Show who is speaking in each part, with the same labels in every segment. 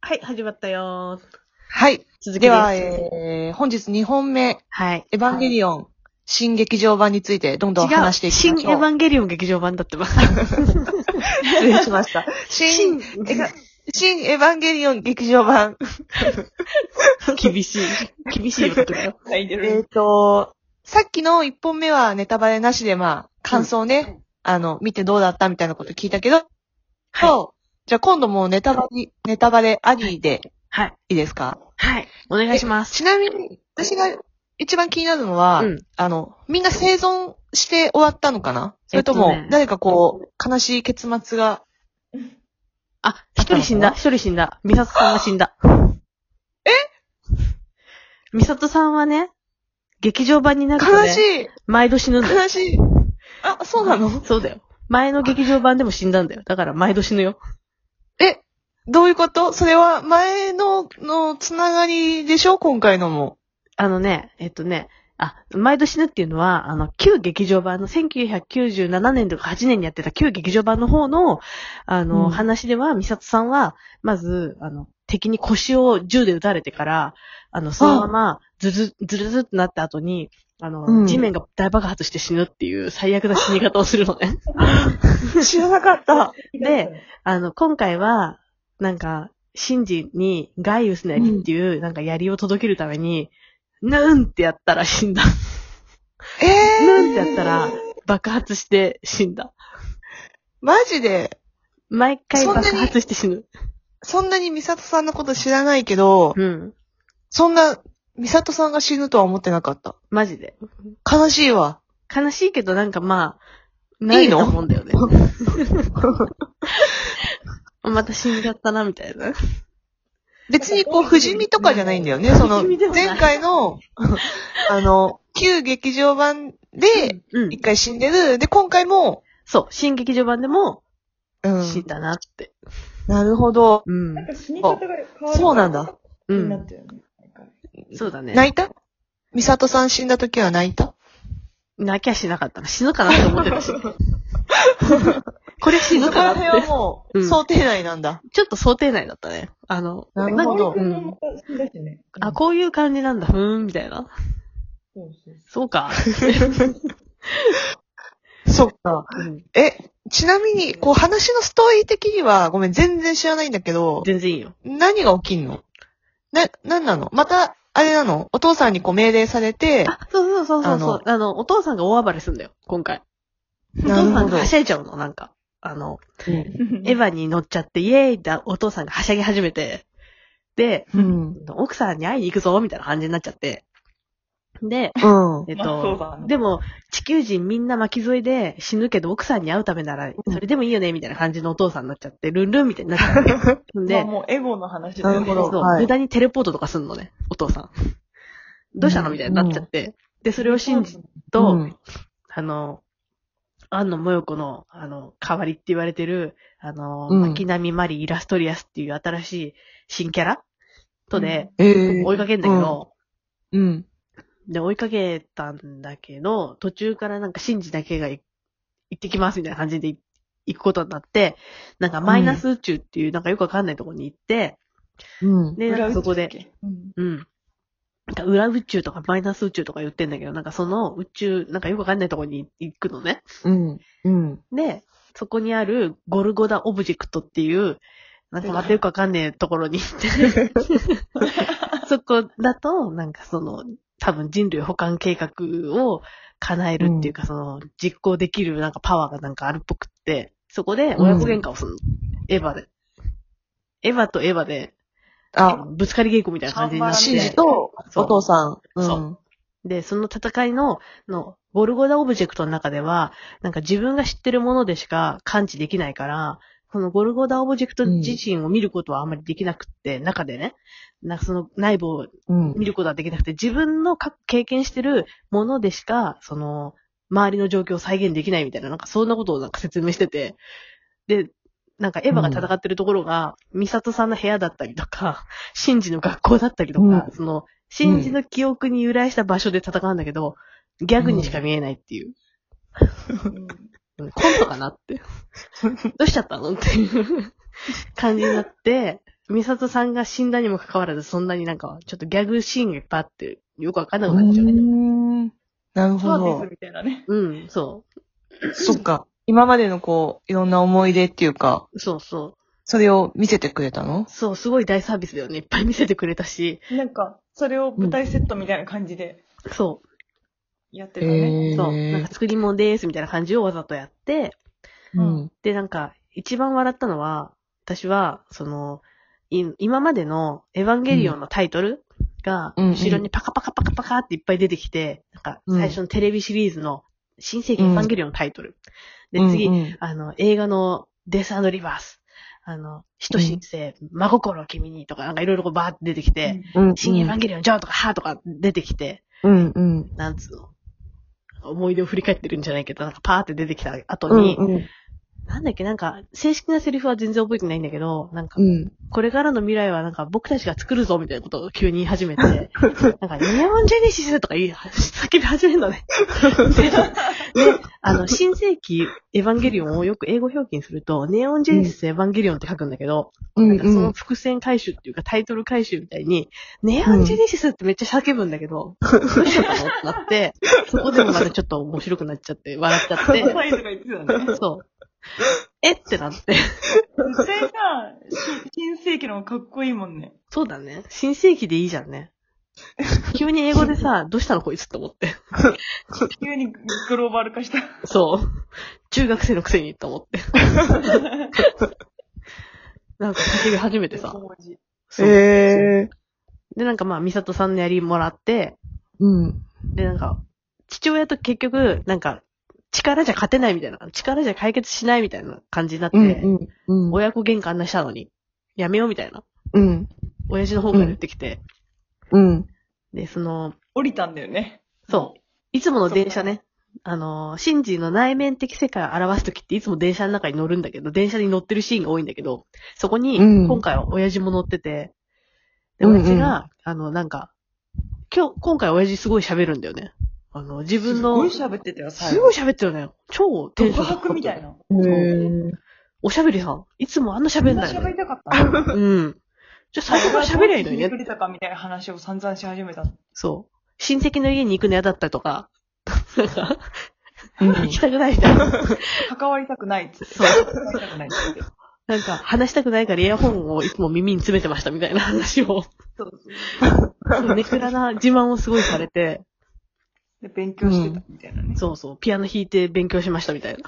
Speaker 1: はい、始まったよー。
Speaker 2: はい。
Speaker 1: 続き
Speaker 2: では、
Speaker 1: です。
Speaker 2: えー、本日2本目、
Speaker 1: はい。
Speaker 2: エヴァンゲリオン、新劇場版についてどんどん話していきま
Speaker 1: 違う
Speaker 2: し
Speaker 1: 新エヴ
Speaker 2: ょう。
Speaker 1: ァンゲリオン劇場版だって ば。
Speaker 2: 失礼しました。
Speaker 1: 新
Speaker 2: 新、エヴァ新エヴァンゲリオン劇場版。
Speaker 1: 厳しい。厳しい男だよ。
Speaker 2: えっ、と、さっきの1本目はネタバレなしで、まあ、感想ね、あの、見てどうだったみたいなこと聞いたけど、
Speaker 1: はい。
Speaker 2: じゃあ今度もうネタバレ、ネタバレありで
Speaker 1: はい。
Speaker 2: いいですか
Speaker 1: はい。お願いします。
Speaker 2: ちなみに、私が一番気になるのは、
Speaker 1: うん
Speaker 2: あの、みんな生存して終わったのかなそれと
Speaker 1: え
Speaker 2: も、
Speaker 1: っとね
Speaker 2: 誰かこう、悲しい結末が、
Speaker 1: あ、一人死んだ。一人死んだ。美里さんが死んだ。え美里さんはね、劇場版になると、ね、
Speaker 2: 悲しい、
Speaker 1: 毎度死ぬんだよ。
Speaker 2: 悲しい。あ、そうなの
Speaker 1: そうだよ。前の劇場版でも死んだんだよ。だから、毎度死ぬよ。
Speaker 2: え、どういうことそれは前の、のつながりでしょ今回のも。
Speaker 1: あのね、えっとね、あ、毎度死ぬっていうのは、あの、旧劇場版の1997年とか8年にやってた旧劇場版の方の、あの、
Speaker 2: うん
Speaker 1: 話では、美里さんは、まず、あの、敵に腰を銃で撃たれてから、あの、そのまま、ずず、ずるずるってなった後に、あの、
Speaker 2: うん
Speaker 1: 地面が大爆発して死ぬっていう最悪な死に方をするの ね。
Speaker 2: 知らなかった。
Speaker 1: で、あの、今回は、なんか、シンジにガイウスの槍っていう、なんか槍を届けるために、ヌーンってやったら死んだ。
Speaker 2: えー、
Speaker 1: なんてやったら、爆発して死んだ。
Speaker 2: マジで、
Speaker 1: 毎回
Speaker 2: そんな
Speaker 1: 爆
Speaker 2: に
Speaker 1: 発して死ぬ。
Speaker 2: そんなにミサトさんのこと知らないけど、
Speaker 1: うん。
Speaker 2: そんな、ミサトさんが死ぬとは思ってなかった。
Speaker 1: マジで。
Speaker 2: 悲しいわ。
Speaker 1: 悲しいけどなんかまあ、
Speaker 2: いいの
Speaker 1: 慣れたもんだよね。 また死んじゃったな、みたいな。
Speaker 2: 別にこう、不死身とかじゃないんだよね。その、
Speaker 1: 不死身ではない
Speaker 2: 前回の、 あの、旧劇場版で、
Speaker 1: うん
Speaker 2: 一。回死んでる。で、今回も、
Speaker 1: そう。新劇場版でも
Speaker 2: う
Speaker 1: 死ん
Speaker 2: ん。
Speaker 1: だなって。
Speaker 2: なるほど。
Speaker 1: うん。
Speaker 3: 死に方が変わるから。
Speaker 2: そうなんだ。
Speaker 1: う
Speaker 3: なっ
Speaker 1: ん。
Speaker 3: たよね。
Speaker 1: そうだね。
Speaker 2: 泣いたミサトさん死んだ時は泣いた
Speaker 1: 泣きゃしなかったな。死ぬかなって思ってた し。これ死ぬ
Speaker 2: そこ
Speaker 1: からなっ
Speaker 2: 辺は
Speaker 1: て。
Speaker 2: も
Speaker 1: う
Speaker 2: う、
Speaker 1: ん
Speaker 2: 想定内なんだ。
Speaker 1: ちょっと想定内だったね。あの、
Speaker 2: なる
Speaker 1: な
Speaker 2: ほ
Speaker 1: んか
Speaker 2: ど
Speaker 3: 森。君も死んだしね。
Speaker 1: あ、こういう感じなんだ。ふーん、みたいな。
Speaker 3: そうそう
Speaker 1: そう か。
Speaker 2: そっか。
Speaker 1: うん
Speaker 2: え、ちなみに、こう、話のストーリー的には、ごめん、全然知らないんだけど、
Speaker 1: 全然いいよ。
Speaker 2: 何が起きんのな、なんなのまた、あれなのお父さんにこう命令されて、
Speaker 1: あ、そうそうそうそうそう
Speaker 2: あ
Speaker 1: あの、お父さんが大暴れすんだよ、今回。お父
Speaker 2: なる
Speaker 1: さ
Speaker 2: ほ
Speaker 1: んが
Speaker 2: ど
Speaker 1: は。しゃいちゃうの、なんか。あの、
Speaker 2: うん
Speaker 1: エヴァに乗っちゃって、イエーイってお父さんがはしゃぎ始めて、で、
Speaker 2: うん。
Speaker 1: 奥さんに会いに行くぞ、みたいな感じになっちゃって。で、
Speaker 2: うん。
Speaker 1: えっ
Speaker 3: まあそ
Speaker 1: と、
Speaker 3: うだね
Speaker 1: でも、地球人みんな巻き添えで死ぬけど奥さんに会うためなら、それでもいいよね、みたいな感じのお父さんになっちゃって、ルンルンみたいになっちゃって。 ん
Speaker 3: まあ
Speaker 1: で、
Speaker 3: もうエゴの話
Speaker 2: なるほど
Speaker 1: そう
Speaker 2: はい
Speaker 1: 無駄にテレポートとかすんのね、お父さん。どうしたのみたいになっちゃって。で、それを信じと、
Speaker 2: うん
Speaker 1: あの、安野もよこの、あの、代わりって言われてる、あの、
Speaker 2: うん
Speaker 1: 巻波マリーイラストリアスっていう新しい新キャラとで
Speaker 2: ええ
Speaker 1: 追いかけんだけど、
Speaker 2: うん。
Speaker 1: で、追いかけたんだけど、途中からなんかシンジだけがい行ってきますみたいな感じでい行くことになって、なんかマイナス宇宙っていうなんかよくわかんないとこに行って、
Speaker 2: うん。
Speaker 1: で、なんかそこで、。
Speaker 3: うん
Speaker 1: うん。なんか裏宇宙とかマイナス宇宙とか言ってんだけど、なんかその宇宙、なんかよくわかんないとこに行くのね。
Speaker 2: うん。うん。
Speaker 1: で、そこにあるゴルゴダオブジェクトっていう、なんかまたよくわかんねえところに行って、 そこだと、なんかその、多分人類保管計画を叶えるっていうか、その、実行できるなんかパワーがなんかあるっぽくって、そこで親子喧嘩をするの。エヴァで。エヴァとエヴァで、
Speaker 2: あ、
Speaker 1: ぶつかり稽古みたいな感じになっ
Speaker 2: シンジ
Speaker 1: て、
Speaker 2: とお父さん。
Speaker 1: そう
Speaker 2: うん。
Speaker 1: で、その戦いの、の、ゴルゴダオブジェクトの中では、なんか自分が知ってるものでしか感知できないから、そのゴルゴダオブジェクト自身を見ることはあんまりできなくって、中でね、なんかその内部を
Speaker 2: うん。
Speaker 1: 見ることはできなくて、自分のか経験してるものでしか、その、周りの状況を再現できないみたいな、なんかそんなことをなんか説明してて、で、なんかエヴァが戦ってるところが、ミサトさんの部屋だったりとか、シンジの学校だったりとか、
Speaker 2: う
Speaker 1: その、シンジの記憶に由来した場所で戦うんだけど、ギャグにしか見えないっていう。 コントかなって。どうしちゃったのっていう感じになって、ミサトさんが死んだにもかかわらず、そんなになんか、ちょっとギャグシーンがいっぱいあって、よくわかんなくなっちゃう。
Speaker 2: ん。なる
Speaker 3: パ
Speaker 2: ほ
Speaker 3: ーティー
Speaker 2: ど
Speaker 3: ズ。みたいなね。
Speaker 1: うん、そ
Speaker 2: そっか。今までのこう、いろんな思い出っていうか、
Speaker 1: う。そうそう。
Speaker 2: それを見せてくれたの
Speaker 1: そう、すごい大サービスだよね。いっぱい見せてくれたし、
Speaker 3: なんか、それを舞台セットみたいな感じで
Speaker 1: そ
Speaker 3: やって
Speaker 2: へ
Speaker 3: た
Speaker 1: う、
Speaker 3: ね。
Speaker 2: ー
Speaker 1: そう、なんか作り物です、みたいな感じをわざとやって、
Speaker 2: うん。
Speaker 1: で、なんか、一番笑ったのは、私は、その、い今までのエヴァンゲリオンのタイトルが、
Speaker 2: うん
Speaker 1: 後ろにパカパカパカパカっていっぱい出てきて、なんか、
Speaker 2: うん
Speaker 1: 最初のテレビシリーズの、新世紀エヴァンゲリオンのタイトル。で、次、
Speaker 2: うんうん
Speaker 1: あの、映画のデスリバース、あの、人新生、真心を君にとか、なんかいろいろこうバーって出てきて、
Speaker 2: うんうん。
Speaker 1: 新エヴァンゲリオン、ジョーとか、ハーとか出てきて、
Speaker 2: うんうん。
Speaker 1: なんつうの。思い出を振り返ってるんじゃないけど、なんかパーって出てきた後
Speaker 2: う
Speaker 1: に、
Speaker 2: んうん。
Speaker 1: なんだっけ、なんか、正式なセリフは全然覚えてないんだけど、なんか
Speaker 2: う、ん。
Speaker 1: これからの未来はなんか僕たちが作るぞみたいなことを急に言い始めて、なんか、ネオンジェネシスとか言い、叫び始めるのね。で、であの、新世紀エヴァンゲリオンをよく英語表記にすると、ネオンジェネシスエヴァンゲリオンって書くんだけど、
Speaker 2: うん
Speaker 1: なんかその
Speaker 2: う
Speaker 1: 伏線回収っていうかタイトル回収みたいに、ネオンジェネシスってめっちゃ叫ぶんだけど、どうしようかなってなって、そこでもまだちょっと面白くなっちゃって、笑っちゃっ
Speaker 3: で、
Speaker 1: て、
Speaker 3: サイとか言ってたね。
Speaker 1: そう。えってなって。
Speaker 3: それが、し新世紀の方がかっこいいもんね。
Speaker 1: そうだね。新世紀でいいじゃんね。急に英語でさ、どうしたのこいつって思って。
Speaker 3: 急にグローバル化した。
Speaker 1: そう。中学生のくせにって思って。なんか叫び始めてさ。
Speaker 3: 横文字
Speaker 1: そ
Speaker 2: ん。
Speaker 1: う
Speaker 2: へえ。
Speaker 1: で、なんかまあ、美里さんのやりもらって、
Speaker 2: うん。
Speaker 1: で、なんか、父親と結局、なんか、力じゃ勝てないみたいな、力じゃ解決しないみたいな感じになって、
Speaker 2: うんうん。うん。
Speaker 1: 親子喧嘩あんなしたのに、やめようみたいな。
Speaker 2: うん。
Speaker 1: 親父の方から言ってきて、
Speaker 2: うん。
Speaker 1: で、その、
Speaker 3: 降りたんだよね。
Speaker 1: そう。いつもの電車ね。あのー、シンジの内面的世界を表すときっていつも電車の中に乗るんだけど、電車に乗ってるシーンが多いんだけど、そこに、
Speaker 2: うん
Speaker 1: 今回は親父も乗ってて、で、
Speaker 2: うんうん
Speaker 1: 親父が、あの、なんか、今日、今回親父すごい喋るんだよね。あの、自分の、
Speaker 3: すごい喋ってたよ、最
Speaker 1: すご
Speaker 3: 後。
Speaker 1: い喋ってるよね。超テンショ
Speaker 3: 独
Speaker 1: ン高か
Speaker 3: 白
Speaker 1: っ
Speaker 3: みたいな。
Speaker 2: へ
Speaker 1: おしゃべりさん。いつもあんな喋
Speaker 3: み
Speaker 1: ん
Speaker 3: んな
Speaker 1: ないの
Speaker 3: 喋
Speaker 1: に
Speaker 3: り。たかったの。
Speaker 1: うん。じゃあ最初から 喋りゃいいのにね
Speaker 3: どうやってひねく。れたかみたいな話を散々し始めたの。
Speaker 1: そう。親戚の家に行くの嫌だったとか、なんか、
Speaker 2: え。うん
Speaker 1: 行きたくないみ たいな。
Speaker 3: 関わりたくないっつって。
Speaker 1: そう。
Speaker 3: 関わりたくないっつって。
Speaker 1: なんか、話したくないからイヤホンをいつも耳に詰めてましたみたいな話を、
Speaker 3: そうそう
Speaker 1: そうネクラな自慢をすごいされて、
Speaker 3: で、勉強してたみたいなね。
Speaker 1: そうそう、ピアノ弾いて勉強しましたみたいな。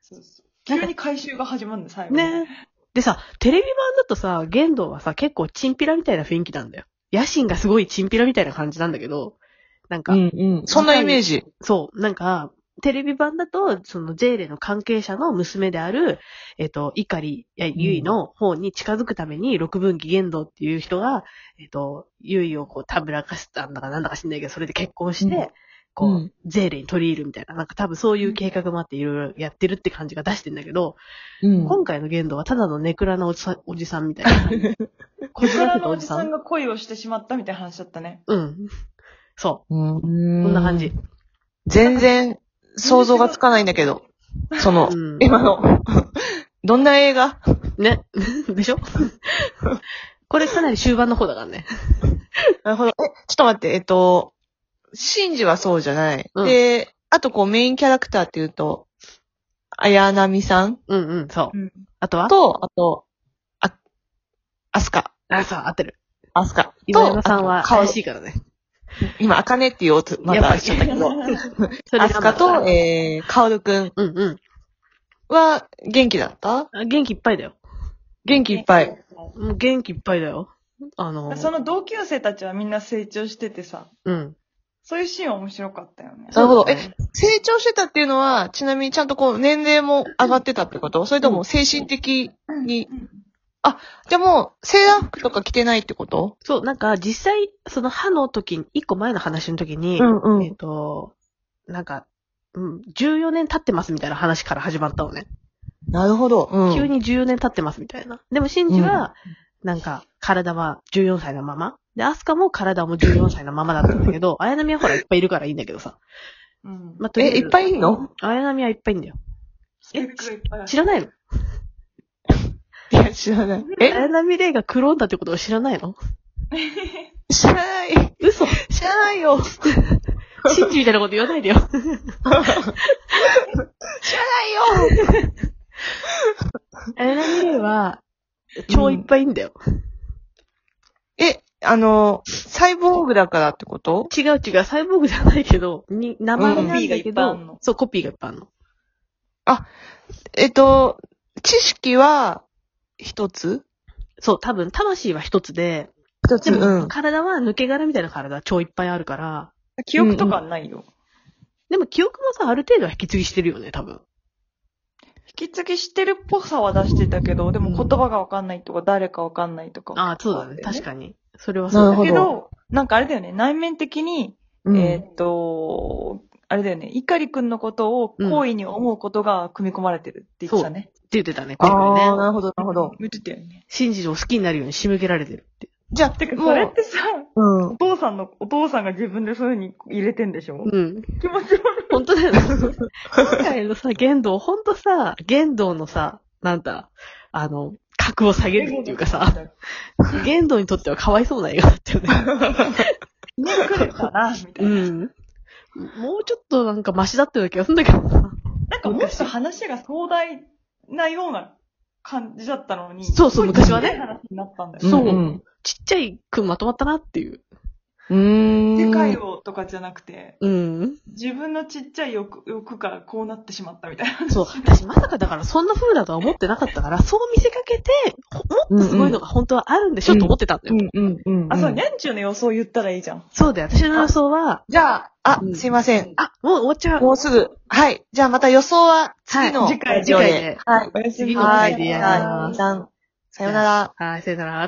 Speaker 3: そうそう。急に回収が始まるんだ、最後。
Speaker 1: ね。でさ、テレビ版だとさ、玄道はさ、結構チンピラみたいな雰囲気なんだよ。野心がすごいチンピラみたいな感じなんだけど、なんか、
Speaker 2: うん。そんなイメージ。
Speaker 1: そう、なんか、テレビ版だと、その、ジェイレの関係者の娘である、えっ、と、怒り、いや、ゆいの方に近づくために、六分岐玄道っていう人が、えっ、と、ゆいをこう、たぶらかしたんだかなんだか知んないけど、それで結婚して、
Speaker 2: うん
Speaker 1: こう、
Speaker 2: うん
Speaker 1: ジェイレに取り入るみたいな、なんか多分そういう計画もあって、いろいろやってるって感じが出してんだけど、
Speaker 2: うん
Speaker 1: 今回の玄道はただのネクラなおじさんおじさんみたいな。こ
Speaker 3: 小
Speaker 1: じらせた
Speaker 3: 倉の
Speaker 1: お
Speaker 3: お
Speaker 1: じ
Speaker 3: じ
Speaker 1: さ
Speaker 3: さん
Speaker 1: ん。
Speaker 3: が恋をしてしまったみたいな話だったね。
Speaker 1: うん。そ
Speaker 2: こ
Speaker 1: う。こん
Speaker 2: ん
Speaker 1: な感じ。。
Speaker 2: 全然想像がつかないんだけど、その
Speaker 1: う、ん。
Speaker 2: 今の、どんな映画
Speaker 1: ね。 でしょこれかなり終盤の方だからね。
Speaker 2: なるほど。え、ちょっと待って、えっと、シンジはそうじゃない。
Speaker 1: うん
Speaker 2: で、あとこうメインキャラクターっていうと、綾波さん
Speaker 1: うんうん、そう。
Speaker 3: うん。
Speaker 1: あとは
Speaker 2: と、あと、あ、アスカ。
Speaker 1: あ、そう、合ってる。
Speaker 2: アスカ。
Speaker 1: 今
Speaker 2: と、
Speaker 1: 山さんは
Speaker 2: あとかわ
Speaker 1: 怪しいからね。
Speaker 2: 今、アカネっていう音、またしちゃった けど。
Speaker 1: そ
Speaker 2: アスカと、えー、カオルくん
Speaker 1: うんうん
Speaker 2: は元気だった
Speaker 1: あ。元気いっぱいだよ。
Speaker 2: 元気いっぱい。。
Speaker 1: もう元気いっぱいだよ。あの、
Speaker 3: その同級生たちはみんな成長しててさ、
Speaker 1: うん。
Speaker 3: そういうシーンは面白かったよね。
Speaker 2: なるほど
Speaker 1: そうだね
Speaker 2: 成長してたっていうのは、ちなみにちゃんとこう、年齢も上がってたってことそれと
Speaker 1: う
Speaker 2: も精神的に、じゃあもう、セーラー服とか着てないってこと
Speaker 1: そう、なんか実際、その歯の時に、一個前の話の時に、
Speaker 2: んう
Speaker 1: えっ。と、なんか、うん、14年経ってますみたいな話から始まったのね。
Speaker 2: なるほど。うん。
Speaker 1: 急に14年経ってますみたいな。でも、シンジは、なんか、体は14歳のまま。で、アスカも体も14歳のままだったんだ けど、綾波はほらいっぱいいるからいいんだけどさ。
Speaker 3: うん。
Speaker 1: まあ、とりあ
Speaker 2: え、
Speaker 1: えず
Speaker 2: いっぱいいんの
Speaker 1: 綾波はいっぱいいんだよ。
Speaker 3: スペックがいっぱいある
Speaker 1: 知らないの
Speaker 2: いや、知らない。え
Speaker 1: 綾波レイがクローンだってことを知らないの
Speaker 2: 知らない。
Speaker 1: 嘘
Speaker 2: 知らないよ。知
Speaker 1: 信じみたいなこと言わないでよ。
Speaker 2: らないよ。
Speaker 1: 綾波レイは、超いっぱいいんだよ。
Speaker 2: え、あの、サイボーグだからってこと
Speaker 1: 違う違う、サイボーグじゃないけど、に、名前なんだ
Speaker 3: コピーがい
Speaker 1: け
Speaker 3: っぱいあ
Speaker 1: ど、
Speaker 3: んの
Speaker 1: そう、コピーがいっぱいあるの。
Speaker 2: えっと、知識は、一つ
Speaker 1: そう、多分、魂は一つで、
Speaker 2: 一
Speaker 1: で
Speaker 2: つ。う
Speaker 1: も、
Speaker 2: ん。
Speaker 1: 体は抜け殻みたいな体、超いっぱいあるから、
Speaker 3: 記憶とかはないよ。
Speaker 1: でも記憶もさ、ある程度は引き継ぎしてるよね、多分。
Speaker 3: 引き継ぎしてるっぽさは出してたけど、でも言葉がわかんないとか、誰かわかんないとか。
Speaker 1: ああ、そうだね。確
Speaker 3: か
Speaker 1: かに。それはそうだ
Speaker 2: な
Speaker 1: ね
Speaker 2: る
Speaker 3: だけ
Speaker 2: ほ
Speaker 3: ど、なんかあれだよね、内面的に、
Speaker 1: うん
Speaker 3: えーっと、あれだよね、碇くんのことを好意に思うことが組み込まれてるって言ってたね。
Speaker 1: って言ってたね、今
Speaker 2: あ
Speaker 1: 回
Speaker 2: あ、
Speaker 1: ね。
Speaker 2: なるほど、なるほど。
Speaker 3: 言ってたよね。
Speaker 1: 信じを好きになるように仕向けられてるって。
Speaker 2: じゃあ、
Speaker 3: てか、
Speaker 2: もう
Speaker 3: それってさ、
Speaker 2: うん
Speaker 3: お。父さんの、お父さんが自分でそういう風に入れてんでしょ、
Speaker 1: うん。
Speaker 3: 気持ち悪い。
Speaker 1: 本当だよね。今回のさ、言動、本当さ、言動のさ、なんだ、あの、格を下げるっていうかさ、言動にとってはかわいそうな映画だったよね。
Speaker 3: ね、来るかな、みたいうな。
Speaker 1: ん。もうちょっとなんかマシだったような気がするんだけどな。
Speaker 3: なんかもっと話が壮大なような感じだったのに。
Speaker 1: そうそう昔はね
Speaker 3: すごい話になったんだよ。
Speaker 1: そう
Speaker 2: うん
Speaker 1: ちっちゃいくまとまったなっていう。
Speaker 2: うーん。
Speaker 3: 世界をとかじゃなくて、
Speaker 1: うん。
Speaker 3: 自分のちっちゃい欲、欲がこうなってしまったみたいな。
Speaker 1: そう。私まさかだからそんな風だとは思ってなかったから、そう見せかけて、ほもっとすごいのが本当はあるんでしょ、
Speaker 2: うん
Speaker 1: と思ってたんだよ。
Speaker 2: うんうんうんうん。
Speaker 3: あ、そう、にゃんちゅうの予想言ったらいいじゃん。
Speaker 1: そうだよ。私の予想は、
Speaker 2: じゃあ、あ
Speaker 1: う、ん
Speaker 2: すいません。
Speaker 1: あ、もう終わっちゃう。
Speaker 2: もうすぐ。はい。じゃあまた予想は次の
Speaker 3: はい次回
Speaker 2: ラジオ
Speaker 1: 次回で
Speaker 2: はい。
Speaker 3: おやす
Speaker 1: 次
Speaker 3: み
Speaker 1: の
Speaker 3: なさ
Speaker 2: は
Speaker 1: 回
Speaker 2: いい。
Speaker 1: でやり
Speaker 2: は
Speaker 1: ま
Speaker 2: い。
Speaker 1: す
Speaker 2: さよなら。
Speaker 1: はい、さよなら。